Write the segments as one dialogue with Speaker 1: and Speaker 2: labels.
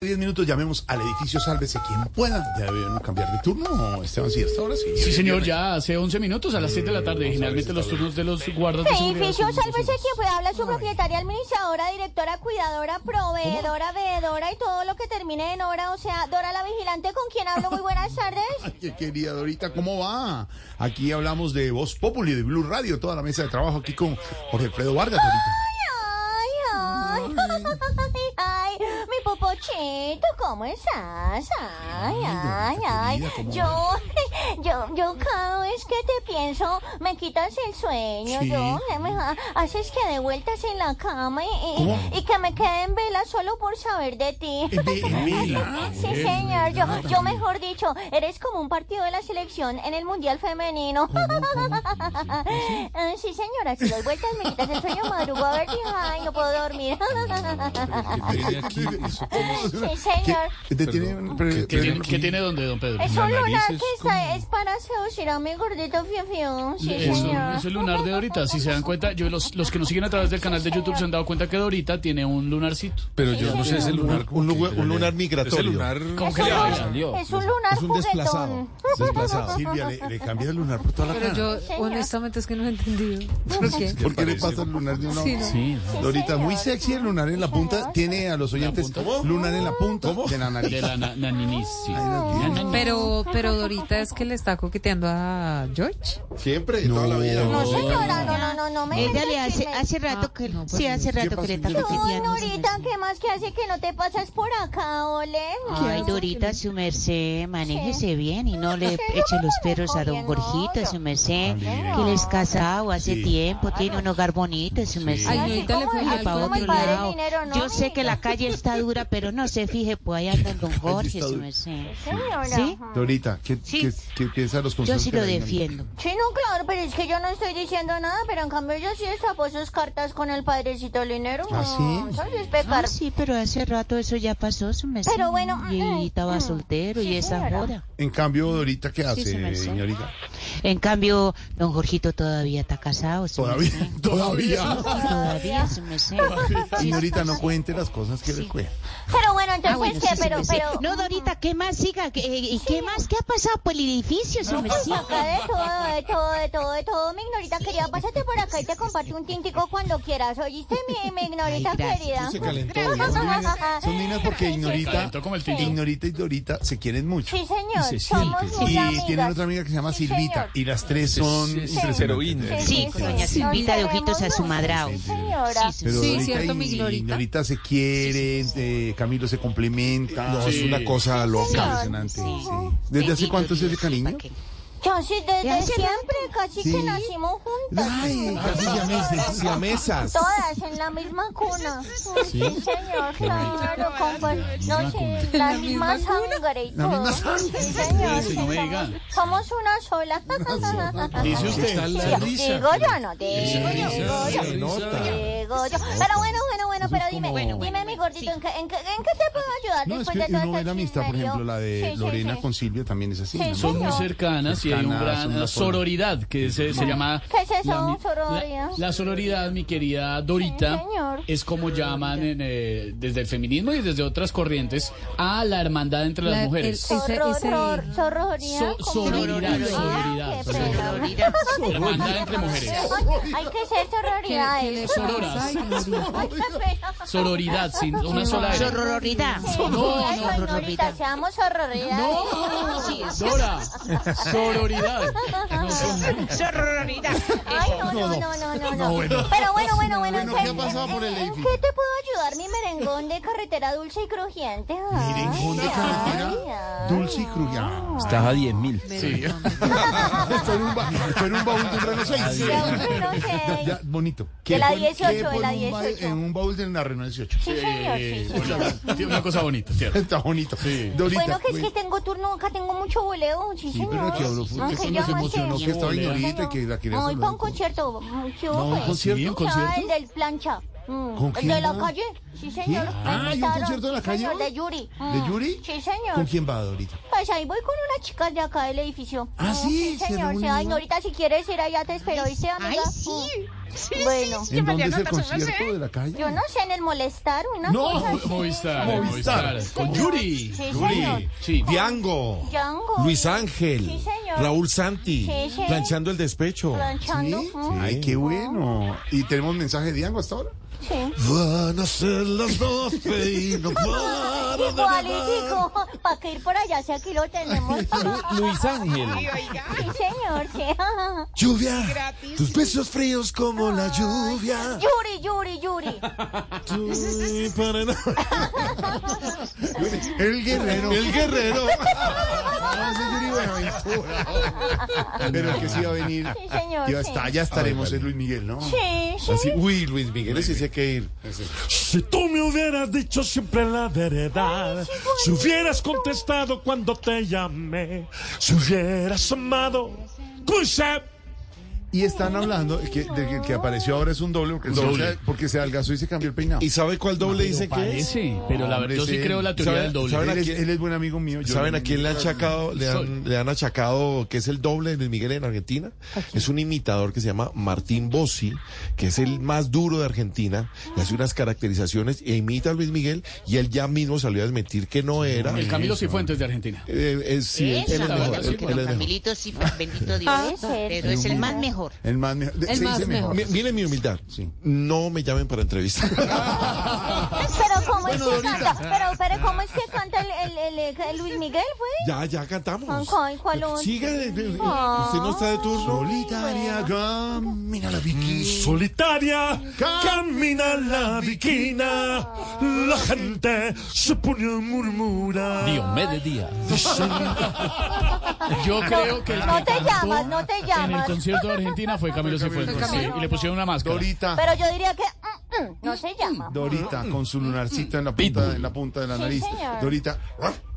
Speaker 1: 10 minutos llamemos al edificio Sálvese quien pueda. Ya debemos cambiar de turno, Esteban, sí, hasta ahora sí.
Speaker 2: Sí, señor, ya hace 11 minutos a las 7 de la tarde. Generalmente los turnos de los guardas de seguridad.
Speaker 3: Este Edificio,
Speaker 2: son los
Speaker 3: sálvese
Speaker 2: mismos.
Speaker 3: quien pueda habla su propietaria, administradora, directora, cuidadora, proveedora, veedora y todo lo que termine en hora. O sea, Dora la vigilante, ¿con quien hablo? Muy buenas tardes.
Speaker 1: Ay, qué querida Dorita, ¿cómo va? Aquí hablamos de Voz Populi, de Blue Radio, toda la mesa de trabajo aquí con Jorge Alfredo Vargas, Dorita.
Speaker 3: Ay, ay, ay, ay, mi popochito, ¿cómo estás? Ay, ay, ay,
Speaker 1: querida, ¿cómo
Speaker 3: yo, yo, yo cada vez que te pienso me quitas el sueño,
Speaker 1: Sí.
Speaker 3: yo, eh, me ha- haces que de vueltas en la cama y, y-
Speaker 1: ¿Cómo?
Speaker 3: y que me quede en vela solo por saber de ti.
Speaker 1: De Emila.
Speaker 3: Sí, señor, yo, yo mejor dicho, eres como un partido de la selección en el Mundial Femenino. Ah, Sí, señora, si doy vueltas me quitas el sueño, madrugo a ver, hija, ay, no puedo dormir.
Speaker 4: Tiene aquí, eso como-
Speaker 3: Sí, señor.
Speaker 1: ¿Qué te tiene? pre-
Speaker 2: ¿Qué
Speaker 1: pre-
Speaker 2: tiene, qué tiene donde, don Pedro?
Speaker 3: Es
Speaker 4: La
Speaker 3: un
Speaker 4: nariz
Speaker 3: lunar
Speaker 4: es
Speaker 3: que
Speaker 4: como-
Speaker 3: está, es para seducir a mi gordito fiofión, sí,
Speaker 2: Es un,
Speaker 3: señor.
Speaker 2: es un lunar de Dorita, si se dan cuenta, yo los, los que nos siguen a través del canal de YouTube se han dado cuenta que Dorita tiene un lunarcito.
Speaker 4: Pero yo no sé, es el lunar. como
Speaker 1: Un
Speaker 4: que-
Speaker 1: lugar- un lunar migratorio.
Speaker 4: Es el lunar.
Speaker 2: ¿Cómo
Speaker 3: Es
Speaker 2: que
Speaker 3: un
Speaker 2: le
Speaker 3: lunar-
Speaker 2: va?
Speaker 3: Es un lunar
Speaker 5: Es un desplazado.
Speaker 3: juguetón.
Speaker 5: Es desplazado.
Speaker 1: Silvia, le, le cambia el lunar por toda la
Speaker 6: Pero
Speaker 1: cara.
Speaker 6: yo,
Speaker 3: Señor.
Speaker 6: honestamente, es que no he entendido. ¿Por qué?
Speaker 1: ¿Por qué le pasa el lunar de una
Speaker 6: Sí, no.
Speaker 2: Sí,
Speaker 1: Dorita,
Speaker 3: señor.
Speaker 1: muy sexy el lunar en la punta. Tiene a los oyentes lunar en la punta de la nariz.
Speaker 2: de la na- naninis, sí. Naninis.
Speaker 6: Pero, pero Dorita es que le está coqueteando a George.
Speaker 1: Siempre, toda la vida.
Speaker 3: No, señora, no, no, no, no me
Speaker 7: Ella le
Speaker 3: cuentes
Speaker 7: hace,
Speaker 3: chismes.
Speaker 7: hace rato que,
Speaker 6: no,
Speaker 7: sí,
Speaker 6: pues,
Speaker 7: hace
Speaker 1: ¿qué
Speaker 7: rato que le está
Speaker 1: pasó?
Speaker 3: Ay,
Speaker 7: coqueteando.
Speaker 3: Dorita, ¿qué más que hace que no te pasas por acá, ole?
Speaker 7: Ay, Dorita, su merced, manéjese bien y no le
Speaker 3: Sí.
Speaker 7: eche los perros a
Speaker 3: Oye,
Speaker 7: don
Speaker 3: no,
Speaker 7: Gorjito,
Speaker 3: no.
Speaker 7: su merced,
Speaker 1: Ay,
Speaker 7: que él es casado hace
Speaker 1: Ah, Sí.
Speaker 7: tiempo, tiene un hogar bonito, su merced.
Speaker 6: Ay, no, ahorita
Speaker 3: Así
Speaker 6: le
Speaker 3: como
Speaker 6: fue
Speaker 3: el-
Speaker 6: mal
Speaker 7: Pa'
Speaker 6: con
Speaker 3: como el
Speaker 7: otro
Speaker 3: padre
Speaker 7: lado.
Speaker 3: minero, ¿no?
Speaker 7: Yo sé que la calle está dura, pero no se fije, pues ahí anda don Jorge,
Speaker 1: está
Speaker 7: su
Speaker 1: dura.
Speaker 7: merced.
Speaker 3: Señora.
Speaker 7: ¿Sí?
Speaker 3: ajá.
Speaker 1: Dorita, ¿qué,
Speaker 7: Sí.
Speaker 1: qué, qué piensan los
Speaker 7: Yo
Speaker 1: consejos
Speaker 7: sí
Speaker 1: que
Speaker 7: lo
Speaker 1: le dan?
Speaker 7: defiendo.
Speaker 3: Sí, no, claro, pero es que yo no estoy diciendo nada, pero en cambio yo sí destapó sus cartas con el padrecito Linero.
Speaker 1: ¿Ah, sí?
Speaker 3: Eso sí es
Speaker 7: Ah,
Speaker 3: pecar.
Speaker 7: sí, pero hace rato eso ya pasó, su merced.
Speaker 3: Pero bueno,
Speaker 7: Y
Speaker 3: mm,
Speaker 7: él estaba
Speaker 3: mm,
Speaker 7: soltero
Speaker 3: sí,
Speaker 7: y esa
Speaker 3: señora.
Speaker 7: joda.
Speaker 1: En cambio, Dorita, ¿qué hace,
Speaker 7: Sí, su merced.
Speaker 1: señorita?
Speaker 7: En cambio, don Jorgito todavía está casado. su
Speaker 1: Todavía,
Speaker 7: merced.
Speaker 1: todavía.
Speaker 7: Todavía su merced.
Speaker 1: Señorita, no cuente las cosas que
Speaker 7: Sí.
Speaker 1: le cuento.
Speaker 3: Pero bueno, entonces,
Speaker 7: Ah, bueno,
Speaker 3: ¿qué?
Speaker 7: sí, su
Speaker 3: pero,
Speaker 7: merced.
Speaker 3: pero...
Speaker 7: No, Dorita, ¿qué más siga? ¿Qué- ¿Y qué más? ¿Qué ha pasado por el edificio, su merced?
Speaker 3: pues, Acá de todo, de todo, de todo, de todo, mi ignorita querida, pásate por acá y te comparto un tintico cuando quieras, ¿oíste, mi, mi ignorita
Speaker 7: Ay, gracias.
Speaker 3: querida?
Speaker 5: Se calentó.
Speaker 1: Son divinas, son divinas porque Ignorita,
Speaker 2: Calentó como el tinto.
Speaker 1: Ignorita y Dorita se quieren mucho.
Speaker 3: Sí, señor,
Speaker 2: Y se
Speaker 3: somos
Speaker 2: siente,
Speaker 3: muy
Speaker 1: Y
Speaker 3: amigas.
Speaker 1: tienen otra amiga que se llama
Speaker 3: Sí,
Speaker 1: Silvita.
Speaker 3: señor.
Speaker 1: Y las tres son
Speaker 4: Sí, sí,
Speaker 1: impresionantes.
Speaker 4: heroínas.
Speaker 7: Sí, con doña
Speaker 3: sí.
Speaker 7: Silvita de
Speaker 3: Nos
Speaker 7: ojitos
Speaker 3: queremos
Speaker 7: asumadrados.
Speaker 3: mucho, señora.
Speaker 7: Sí,
Speaker 1: Pero
Speaker 7: su-
Speaker 6: Sí,
Speaker 1: Dorita
Speaker 6: cierto,
Speaker 1: y
Speaker 6: mi Ignorita.
Speaker 1: Ignorita se quieren, eh, Camilo se complementa.
Speaker 5: No, es una cosa loca.
Speaker 1: impresionante.
Speaker 7: Sí.
Speaker 1: sí. ¿Desde hace
Speaker 7: Bendito
Speaker 1: cuánto es ese
Speaker 7: Dios,
Speaker 1: cariño?
Speaker 7: ¿pa' qué?
Speaker 3: Yo sí,
Speaker 7: ¿De
Speaker 3: desde
Speaker 7: hace
Speaker 3: siempre, casi
Speaker 1: Sí.
Speaker 3: que nacimos juntas.
Speaker 1: Ay,
Speaker 5: Casi siamesas, siamesas.
Speaker 3: Todas en la misma cuna. Sí, señor, claro, compa. No sé, la misma sangre y
Speaker 1: La
Speaker 3: todo.
Speaker 1: misma sangre.
Speaker 3: Sí, señor,
Speaker 2: Sí,
Speaker 3: sí,
Speaker 2: no me diga.
Speaker 3: somos, somos una sola.
Speaker 1: Ah,
Speaker 2: Dice usted.
Speaker 4: Está la
Speaker 3: Digo,
Speaker 4: risa.
Speaker 3: digo yo, no digo yo, digo yo.
Speaker 5: Se nota.
Speaker 3: Digo yo. Pero bueno, bueno, bueno, pero dime, dime mi gordito, ¿en qué, en qué, en qué te puedo ayudar
Speaker 1: No, es
Speaker 3: después
Speaker 1: que
Speaker 3: de todo
Speaker 1: uno ve
Speaker 3: este
Speaker 1: la amistad, por
Speaker 3: chismerío?
Speaker 1: ejemplo, la
Speaker 3: Sí,
Speaker 1: de
Speaker 3: sí,
Speaker 1: Lorena
Speaker 3: sí.
Speaker 1: con Silvia también es así.
Speaker 3: Sí,
Speaker 1: ¿no?
Speaker 3: sí.
Speaker 2: Son muy
Speaker 3: Señor.
Speaker 2: cercanas y hay un
Speaker 1: Cercanas,
Speaker 2: gran
Speaker 1: una
Speaker 2: eh,
Speaker 1: sola.
Speaker 2: sororidad que se, se llama.
Speaker 3: ¿Qué es eso,
Speaker 2: la mi-
Speaker 3: sororidad?
Speaker 2: La, la sororidad, mi querida Dorita,
Speaker 3: Sí, señor.
Speaker 2: es como llaman en, eh, desde el feminismo y desde otras corrientes a la hermandad entre
Speaker 6: La-
Speaker 2: las
Speaker 6: el-
Speaker 2: mujeres.
Speaker 6: Ese-
Speaker 3: Sorro-
Speaker 6: ese-
Speaker 3: sor- sorroría,
Speaker 2: So-
Speaker 3: ¿cómo?
Speaker 2: sororidad,
Speaker 3: Ah,
Speaker 2: sororidad,
Speaker 3: qué
Speaker 2: sororidad.
Speaker 3: pena.
Speaker 7: Dorita,
Speaker 2: hermandad entre mujeres.
Speaker 3: Ay, Hay que ser
Speaker 6: ¿Qué, qué
Speaker 3: sororidades.
Speaker 6: le pasa,
Speaker 2: Sororas.
Speaker 6: Ignorita?
Speaker 3: Ay, qué pena.
Speaker 2: Sororidad, sin una sola R.
Speaker 7: Sorororita.
Speaker 3: No,
Speaker 2: no,
Speaker 3: no, Norita, seamos sororidades.
Speaker 2: ¡No! Dora, sororidad.
Speaker 7: Sorororita.
Speaker 3: Ay, no, no, no, no, no, no. Pero bueno, bueno, bueno. ¿en
Speaker 1: Bueno, ¿qué
Speaker 3: en-
Speaker 1: ha pasado
Speaker 3: en-
Speaker 1: por el
Speaker 3: en- ¿En
Speaker 1: edificio?
Speaker 3: qué te puedo ayudar, mi merengón de carretera dulce y crujiente? Ay,
Speaker 1: Merengón de
Speaker 3: ay,
Speaker 1: carretera
Speaker 3: ay.
Speaker 1: Dulce y crujiente.
Speaker 4: Estás a 10 mil.
Speaker 1: Esto era un, ba- esto era un baúl de un Renault 6.
Speaker 3: De un Renault
Speaker 1: Ya,
Speaker 3: 6.
Speaker 1: ya, bonito.
Speaker 3: De la
Speaker 1: ¿Qué pon-
Speaker 3: 18,
Speaker 1: qué
Speaker 3: de
Speaker 1: pon
Speaker 3: la
Speaker 1: un ba-
Speaker 3: 18?
Speaker 1: En un baúl de una Renault 18.
Speaker 3: Sí, señor, sí, sí.
Speaker 2: Tiene una cosa bonita, ¿cierto?
Speaker 1: Está bonito. Dorita.
Speaker 3: Bueno, que es
Speaker 1: güey,
Speaker 3: que tengo turno acá, tengo mucho voleo, sí,
Speaker 1: Sí,
Speaker 3: señor.
Speaker 1: pero que habló fue
Speaker 3: No,
Speaker 1: que
Speaker 3: que
Speaker 1: se
Speaker 3: yo
Speaker 1: nos
Speaker 3: no sé.
Speaker 1: emocionó que estaba
Speaker 2: Sí,
Speaker 1: ignorita y que la quería
Speaker 3: Hoy para
Speaker 1: saludar.
Speaker 3: un concierto, ¿qué hubo,
Speaker 1: No, un
Speaker 3: pues?
Speaker 1: concierto.
Speaker 2: Sí, un
Speaker 3: Ah,
Speaker 2: concierto.
Speaker 3: el del plancha. Mm.
Speaker 1: ¿Con
Speaker 3: el
Speaker 1: quién
Speaker 3: de la
Speaker 1: va?
Speaker 3: calle, sí señor.
Speaker 1: ¿Qué?
Speaker 3: Me
Speaker 1: Ah, ¿hay un
Speaker 3: invitaron,
Speaker 1: concierto en la
Speaker 3: sí,
Speaker 1: calle
Speaker 3: señor,
Speaker 1: hoy?
Speaker 3: de Yuri. Mm.
Speaker 1: ¿De Yuri?
Speaker 3: Sí señor.
Speaker 1: ¿Con quién va, Dorita?
Speaker 3: chicas, ahí voy con unas chicas de acá del edificio.
Speaker 1: Ah, sí, se
Speaker 3: señor. sí, Ay,
Speaker 1: reunieron.
Speaker 3: Norita, si quieres ir allá te espero, ¿viste, amiga?
Speaker 7: Ay, sí.
Speaker 3: Mm.
Speaker 7: Sí,
Speaker 3: Bueno.
Speaker 7: sí, sí,
Speaker 1: ¿En dónde es
Speaker 7: Mariana,
Speaker 1: el
Speaker 7: no sé.
Speaker 1: concierto de la calle?
Speaker 3: Mm. Yo no sé, en el molestar, una
Speaker 1: No,
Speaker 3: cosa así.
Speaker 2: Movistar,
Speaker 1: Movistar.
Speaker 2: Movistar. Con Yuri.
Speaker 3: Sí, señor.
Speaker 5: Yuri,
Speaker 2: Sí.
Speaker 5: Diango,
Speaker 3: Django.
Speaker 5: Luis Ángel,
Speaker 3: Sí, señor.
Speaker 5: Raúl Santi,
Speaker 3: Sí, sí.
Speaker 5: planchando el despecho.
Speaker 3: Planchando.
Speaker 1: ¿Sí?
Speaker 3: mm,
Speaker 1: Ay, qué bueno. ¿Y tenemos mensaje de Diango hasta ahora?
Speaker 3: sí.
Speaker 5: Van a ser las doce y no para de
Speaker 3: Igualitico, para que ir por allá, si aquí lo tenemos.
Speaker 5: Lu- Luis Ángel,
Speaker 3: Sí, señor, sí.
Speaker 5: lluvia, tus besos fríos como la lluvia.
Speaker 3: Yuri, Yuri, Yuri.
Speaker 5: Tú y para nada.
Speaker 1: El guerrero.
Speaker 5: El guerrero.
Speaker 1: Ah, ese Yuri Buenaventura. Pero que sí va a venir.
Speaker 3: Sí, señor.
Speaker 1: Ya
Speaker 3: sí.
Speaker 1: está, ya
Speaker 5: Ah,
Speaker 1: estaremos en Luis Miguel, ¿no?
Speaker 3: Sí, sí.
Speaker 5: Así, uy, Luis Miguel, ese sí hay que ir.
Speaker 8: Si tú me hubieras dicho siempre la verdad, si hubieras contestado cuando te llamé, si hubieras amado, Khrushchev.
Speaker 1: Y están hablando que, de que el que apareció ahora es un doble porque, el doble se- porque se algazó y se cambió el peinado.
Speaker 5: ¿Y sabe cuál doble dice que es?
Speaker 2: Parece, pero la verdad, yo sí
Speaker 1: Hombre,
Speaker 2: creo la teoría
Speaker 5: ¿sabe-
Speaker 2: del doble.
Speaker 5: sabe
Speaker 1: él,
Speaker 5: ¿saben a
Speaker 1: es,
Speaker 5: quién?
Speaker 1: él es buen amigo mío. yo-
Speaker 5: ¿Saben a quién le, han achacado, le,
Speaker 2: Soy-
Speaker 5: han, le han achacado que es el doble de Luis Miguel en Argentina? Es un imitador que se llama Martín Bossi, que es el más duro de Argentina, y hace unas caracterizaciones e imita a Luis Miguel y él ya mismo salió a admitir que no era.
Speaker 2: El Camilo Cifuentes de Argentina.
Speaker 5: Eh, eh, sí, él es
Speaker 7: Esa,
Speaker 5: mejor,
Speaker 7: bueno,
Speaker 5: él-
Speaker 7: porque
Speaker 5: él
Speaker 7: don
Speaker 5: es mejor.
Speaker 7: Camilito sí, bendito Dios, pero es el más mejor.
Speaker 1: El más mejor. de-
Speaker 6: El
Speaker 1: se dice
Speaker 6: más mejor.
Speaker 5: Mi- Miren mi humildad. No me llamen para entrevista.
Speaker 3: Pero ¿cómo es que canta? Pero, pero ¿cómo es que canta el, el, el, el Luis Miguel, güey?
Speaker 5: ya, ya cantamos.
Speaker 3: Ay, ¿cuál otro?
Speaker 5: Siga, eh, eh, usted
Speaker 3: Ah.
Speaker 5: no está de turno.
Speaker 1: Solitaria camina la
Speaker 5: Mm.
Speaker 1: bikini.
Speaker 8: Solitaria camina la viquina, la gente se pone a murmurar.
Speaker 4: Diomedes Díaz.
Speaker 2: Yo creo que el
Speaker 3: No
Speaker 2: que
Speaker 3: te
Speaker 2: cantó
Speaker 3: llamas, no te
Speaker 2: En el
Speaker 3: llamas.
Speaker 2: concierto de Argentina fue Camilo Cifuentes. sí, y le pusieron una máscara.
Speaker 1: Dorita.
Speaker 3: Pero yo diría que mm, mm, no se llama.
Speaker 1: Dorita, con su lunarcito en la punta, en la punta de la
Speaker 3: Sí,
Speaker 1: nariz.
Speaker 3: señor.
Speaker 1: Dorita,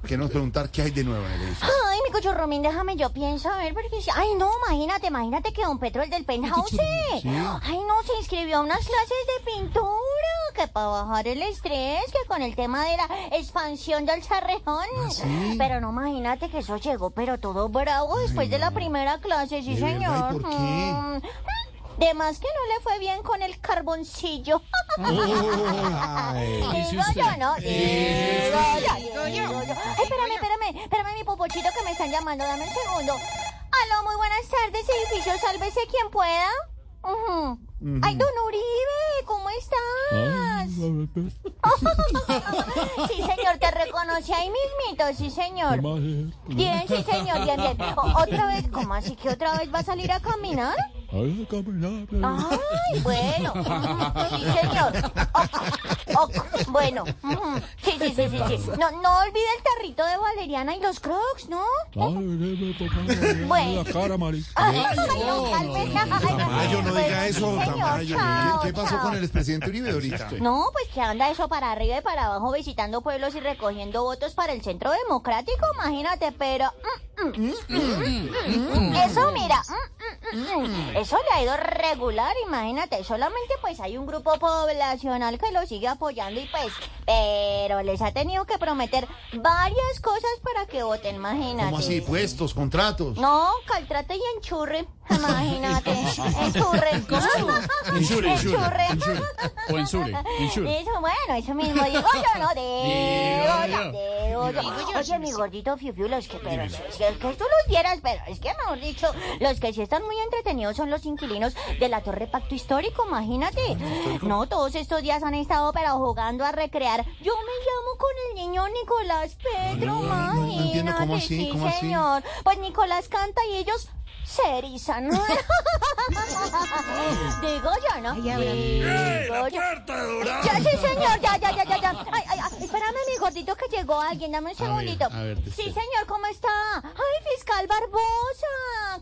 Speaker 1: queremos preguntar qué hay de nuevo en el edificio.
Speaker 3: Ay, mi cochorromín, déjame, yo pienso, a ver, porque... si- Ay, no, imagínate, imagínate que don Petro, el del penthouse, eh. ay, no, se inscribió a unas clases de pintura, que para bajar el estrés, que con el tema de la expansión del charrejón.
Speaker 1: Ah,
Speaker 3: Pero no, imagínate que eso llegó, pero todo bravo después de la primera clase, sí,
Speaker 1: ¿De verdad? ¿Y
Speaker 3: señor.
Speaker 1: por qué?
Speaker 3: Mm. De más que no le fue bien con el carboncillo. digo yo, ¿no? Digo yo, digo yo. Ay, espérame, espérame, espérame mi popochito que me están llamando, dame un segundo. Aló, muy buenas tardes, edificio, sálvese quien pueda. Ujú. Ay, don Uribe, ¿cómo estás? sí, señor, te reconocí ahí mismito, sí, señor. Bien, sí, señor, bien, bien. O- otra vez, ¿cómo así que otra vez va a salir a caminar? Ay, bueno. Mm, Sí, señor. Oh, oh, bueno. mm, Sí, sí, sí, sí, sí. No, no olvide el tarrito de Valeriana y los crocs, ¿no? Bueno. Ay, no, cálmese.
Speaker 5: Tamayo, no
Speaker 3: Bueno,
Speaker 5: diga
Speaker 3: sí,
Speaker 5: eso,
Speaker 3: señor,
Speaker 5: Tamayo.
Speaker 3: Ah, chao,
Speaker 1: ¿Qué, qué pasó
Speaker 3: chao.
Speaker 1: con el expresidente Uribe, Dorita?
Speaker 3: No, pues que anda eso para arriba y para abajo visitando pueblos y recogiendo votos para el Centro Democrático, imagínate, pero... mm, mm, mm, mm, Eso, mira, mm, mm, mm, mm, eso le ha ido regular, imagínate, solamente pues hay un grupo poblacional que lo sigue apoyando y pues... Pero les ha tenido que prometer varias cosas para que voten, imagínate.
Speaker 1: ¿Cómo así? Puestos, contratos.
Speaker 3: No, caltrate y enchurre, imagínate, enchurre.
Speaker 2: Enchurre, enchurre, enchurre. O en Sure, en Sure.
Speaker 3: Eso, bueno, eso mismo digo yo, no digo
Speaker 2: Digo
Speaker 3: yo,
Speaker 2: yo.
Speaker 3: digo yo. Oye, mi gordito Fiu Fiu, los que, pero, es que, que tú los vieras, pero es que, mejor dicho, los que sí están muy entretenidos son los inquilinos de la Torre Pacto Histórico, imagínate. No, todos estos días han estado, pero jugando a recrear. Yo me llamo con el niño Nicolás Pedro,
Speaker 1: No, no, no, no, no entiendo, ¿cómo
Speaker 3: imagínate,
Speaker 1: así?
Speaker 3: sí,
Speaker 1: ¿Cómo así?
Speaker 3: señor. Pues Nicolás canta y ellos se erizan. digo yo, ¿no? Digo yo. Ya, sí, señor, ya, ya, ya, ya, ya. Ay, ay, ay, espérame, mi gordito, que llegó alguien, dame un segundito.
Speaker 1: a ver, te
Speaker 3: sí,
Speaker 1: espero.
Speaker 3: señor, ¿cómo está? Ay, fiscal Barbosa,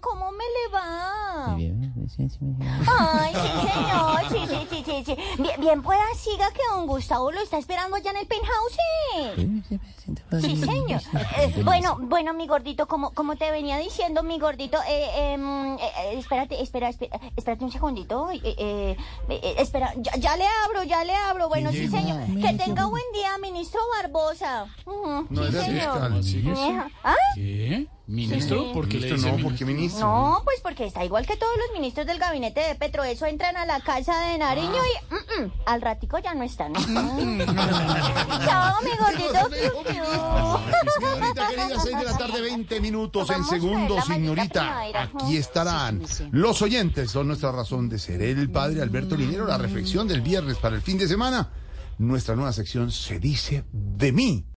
Speaker 3: ¿cómo me le va?
Speaker 9: Muy bien, sí,
Speaker 3: Ay, sí, señor. Sí, sí, sí, sí. sí. Bien, bien pueda, siga que don Gustavo lo está esperando allá en el penthouse. Sí, señor. Eh, bueno, bueno, mi gordito, como, como te venía diciendo, mi gordito, eh, em, eh, eh, espérate, espera, espera, espérate un segundito. eh, eh, eh, espera, ya, ya le abro, ya le abro. Bueno, sí, señor. Que tenga buen día, ministro Barbosa. Ujú,
Speaker 1: No
Speaker 3: sí,
Speaker 1: era
Speaker 3: señor.
Speaker 1: fiscal.
Speaker 2: ¿Sigue eso?
Speaker 3: Ajá. ¿Ah?
Speaker 2: ¿Qué? ¿Ministro? ¿Por qué le
Speaker 1: Ministro,
Speaker 2: dice
Speaker 1: no,
Speaker 2: ministro?
Speaker 1: porque ministro.
Speaker 3: No, pues porque está igual que todos los ministros del gabinete de Petro. Eso entran a la casa de Nariño y mm, mm, al ratico ya no están. Chao, mi gordito.
Speaker 1: Señorita querida, 6 de la tarde, 20 minutos en
Speaker 3: Vamos a ver
Speaker 1: segundos,
Speaker 3: la maldita
Speaker 1: señorita.
Speaker 3: primavera.
Speaker 1: Aquí estarán
Speaker 7: Sí, sí, sí.
Speaker 1: los oyentes, son nuestra razón de ser. El padre Alberto Linero, la reflexión del viernes para el fin de semana. Nuestra nueva sección se dice de mí.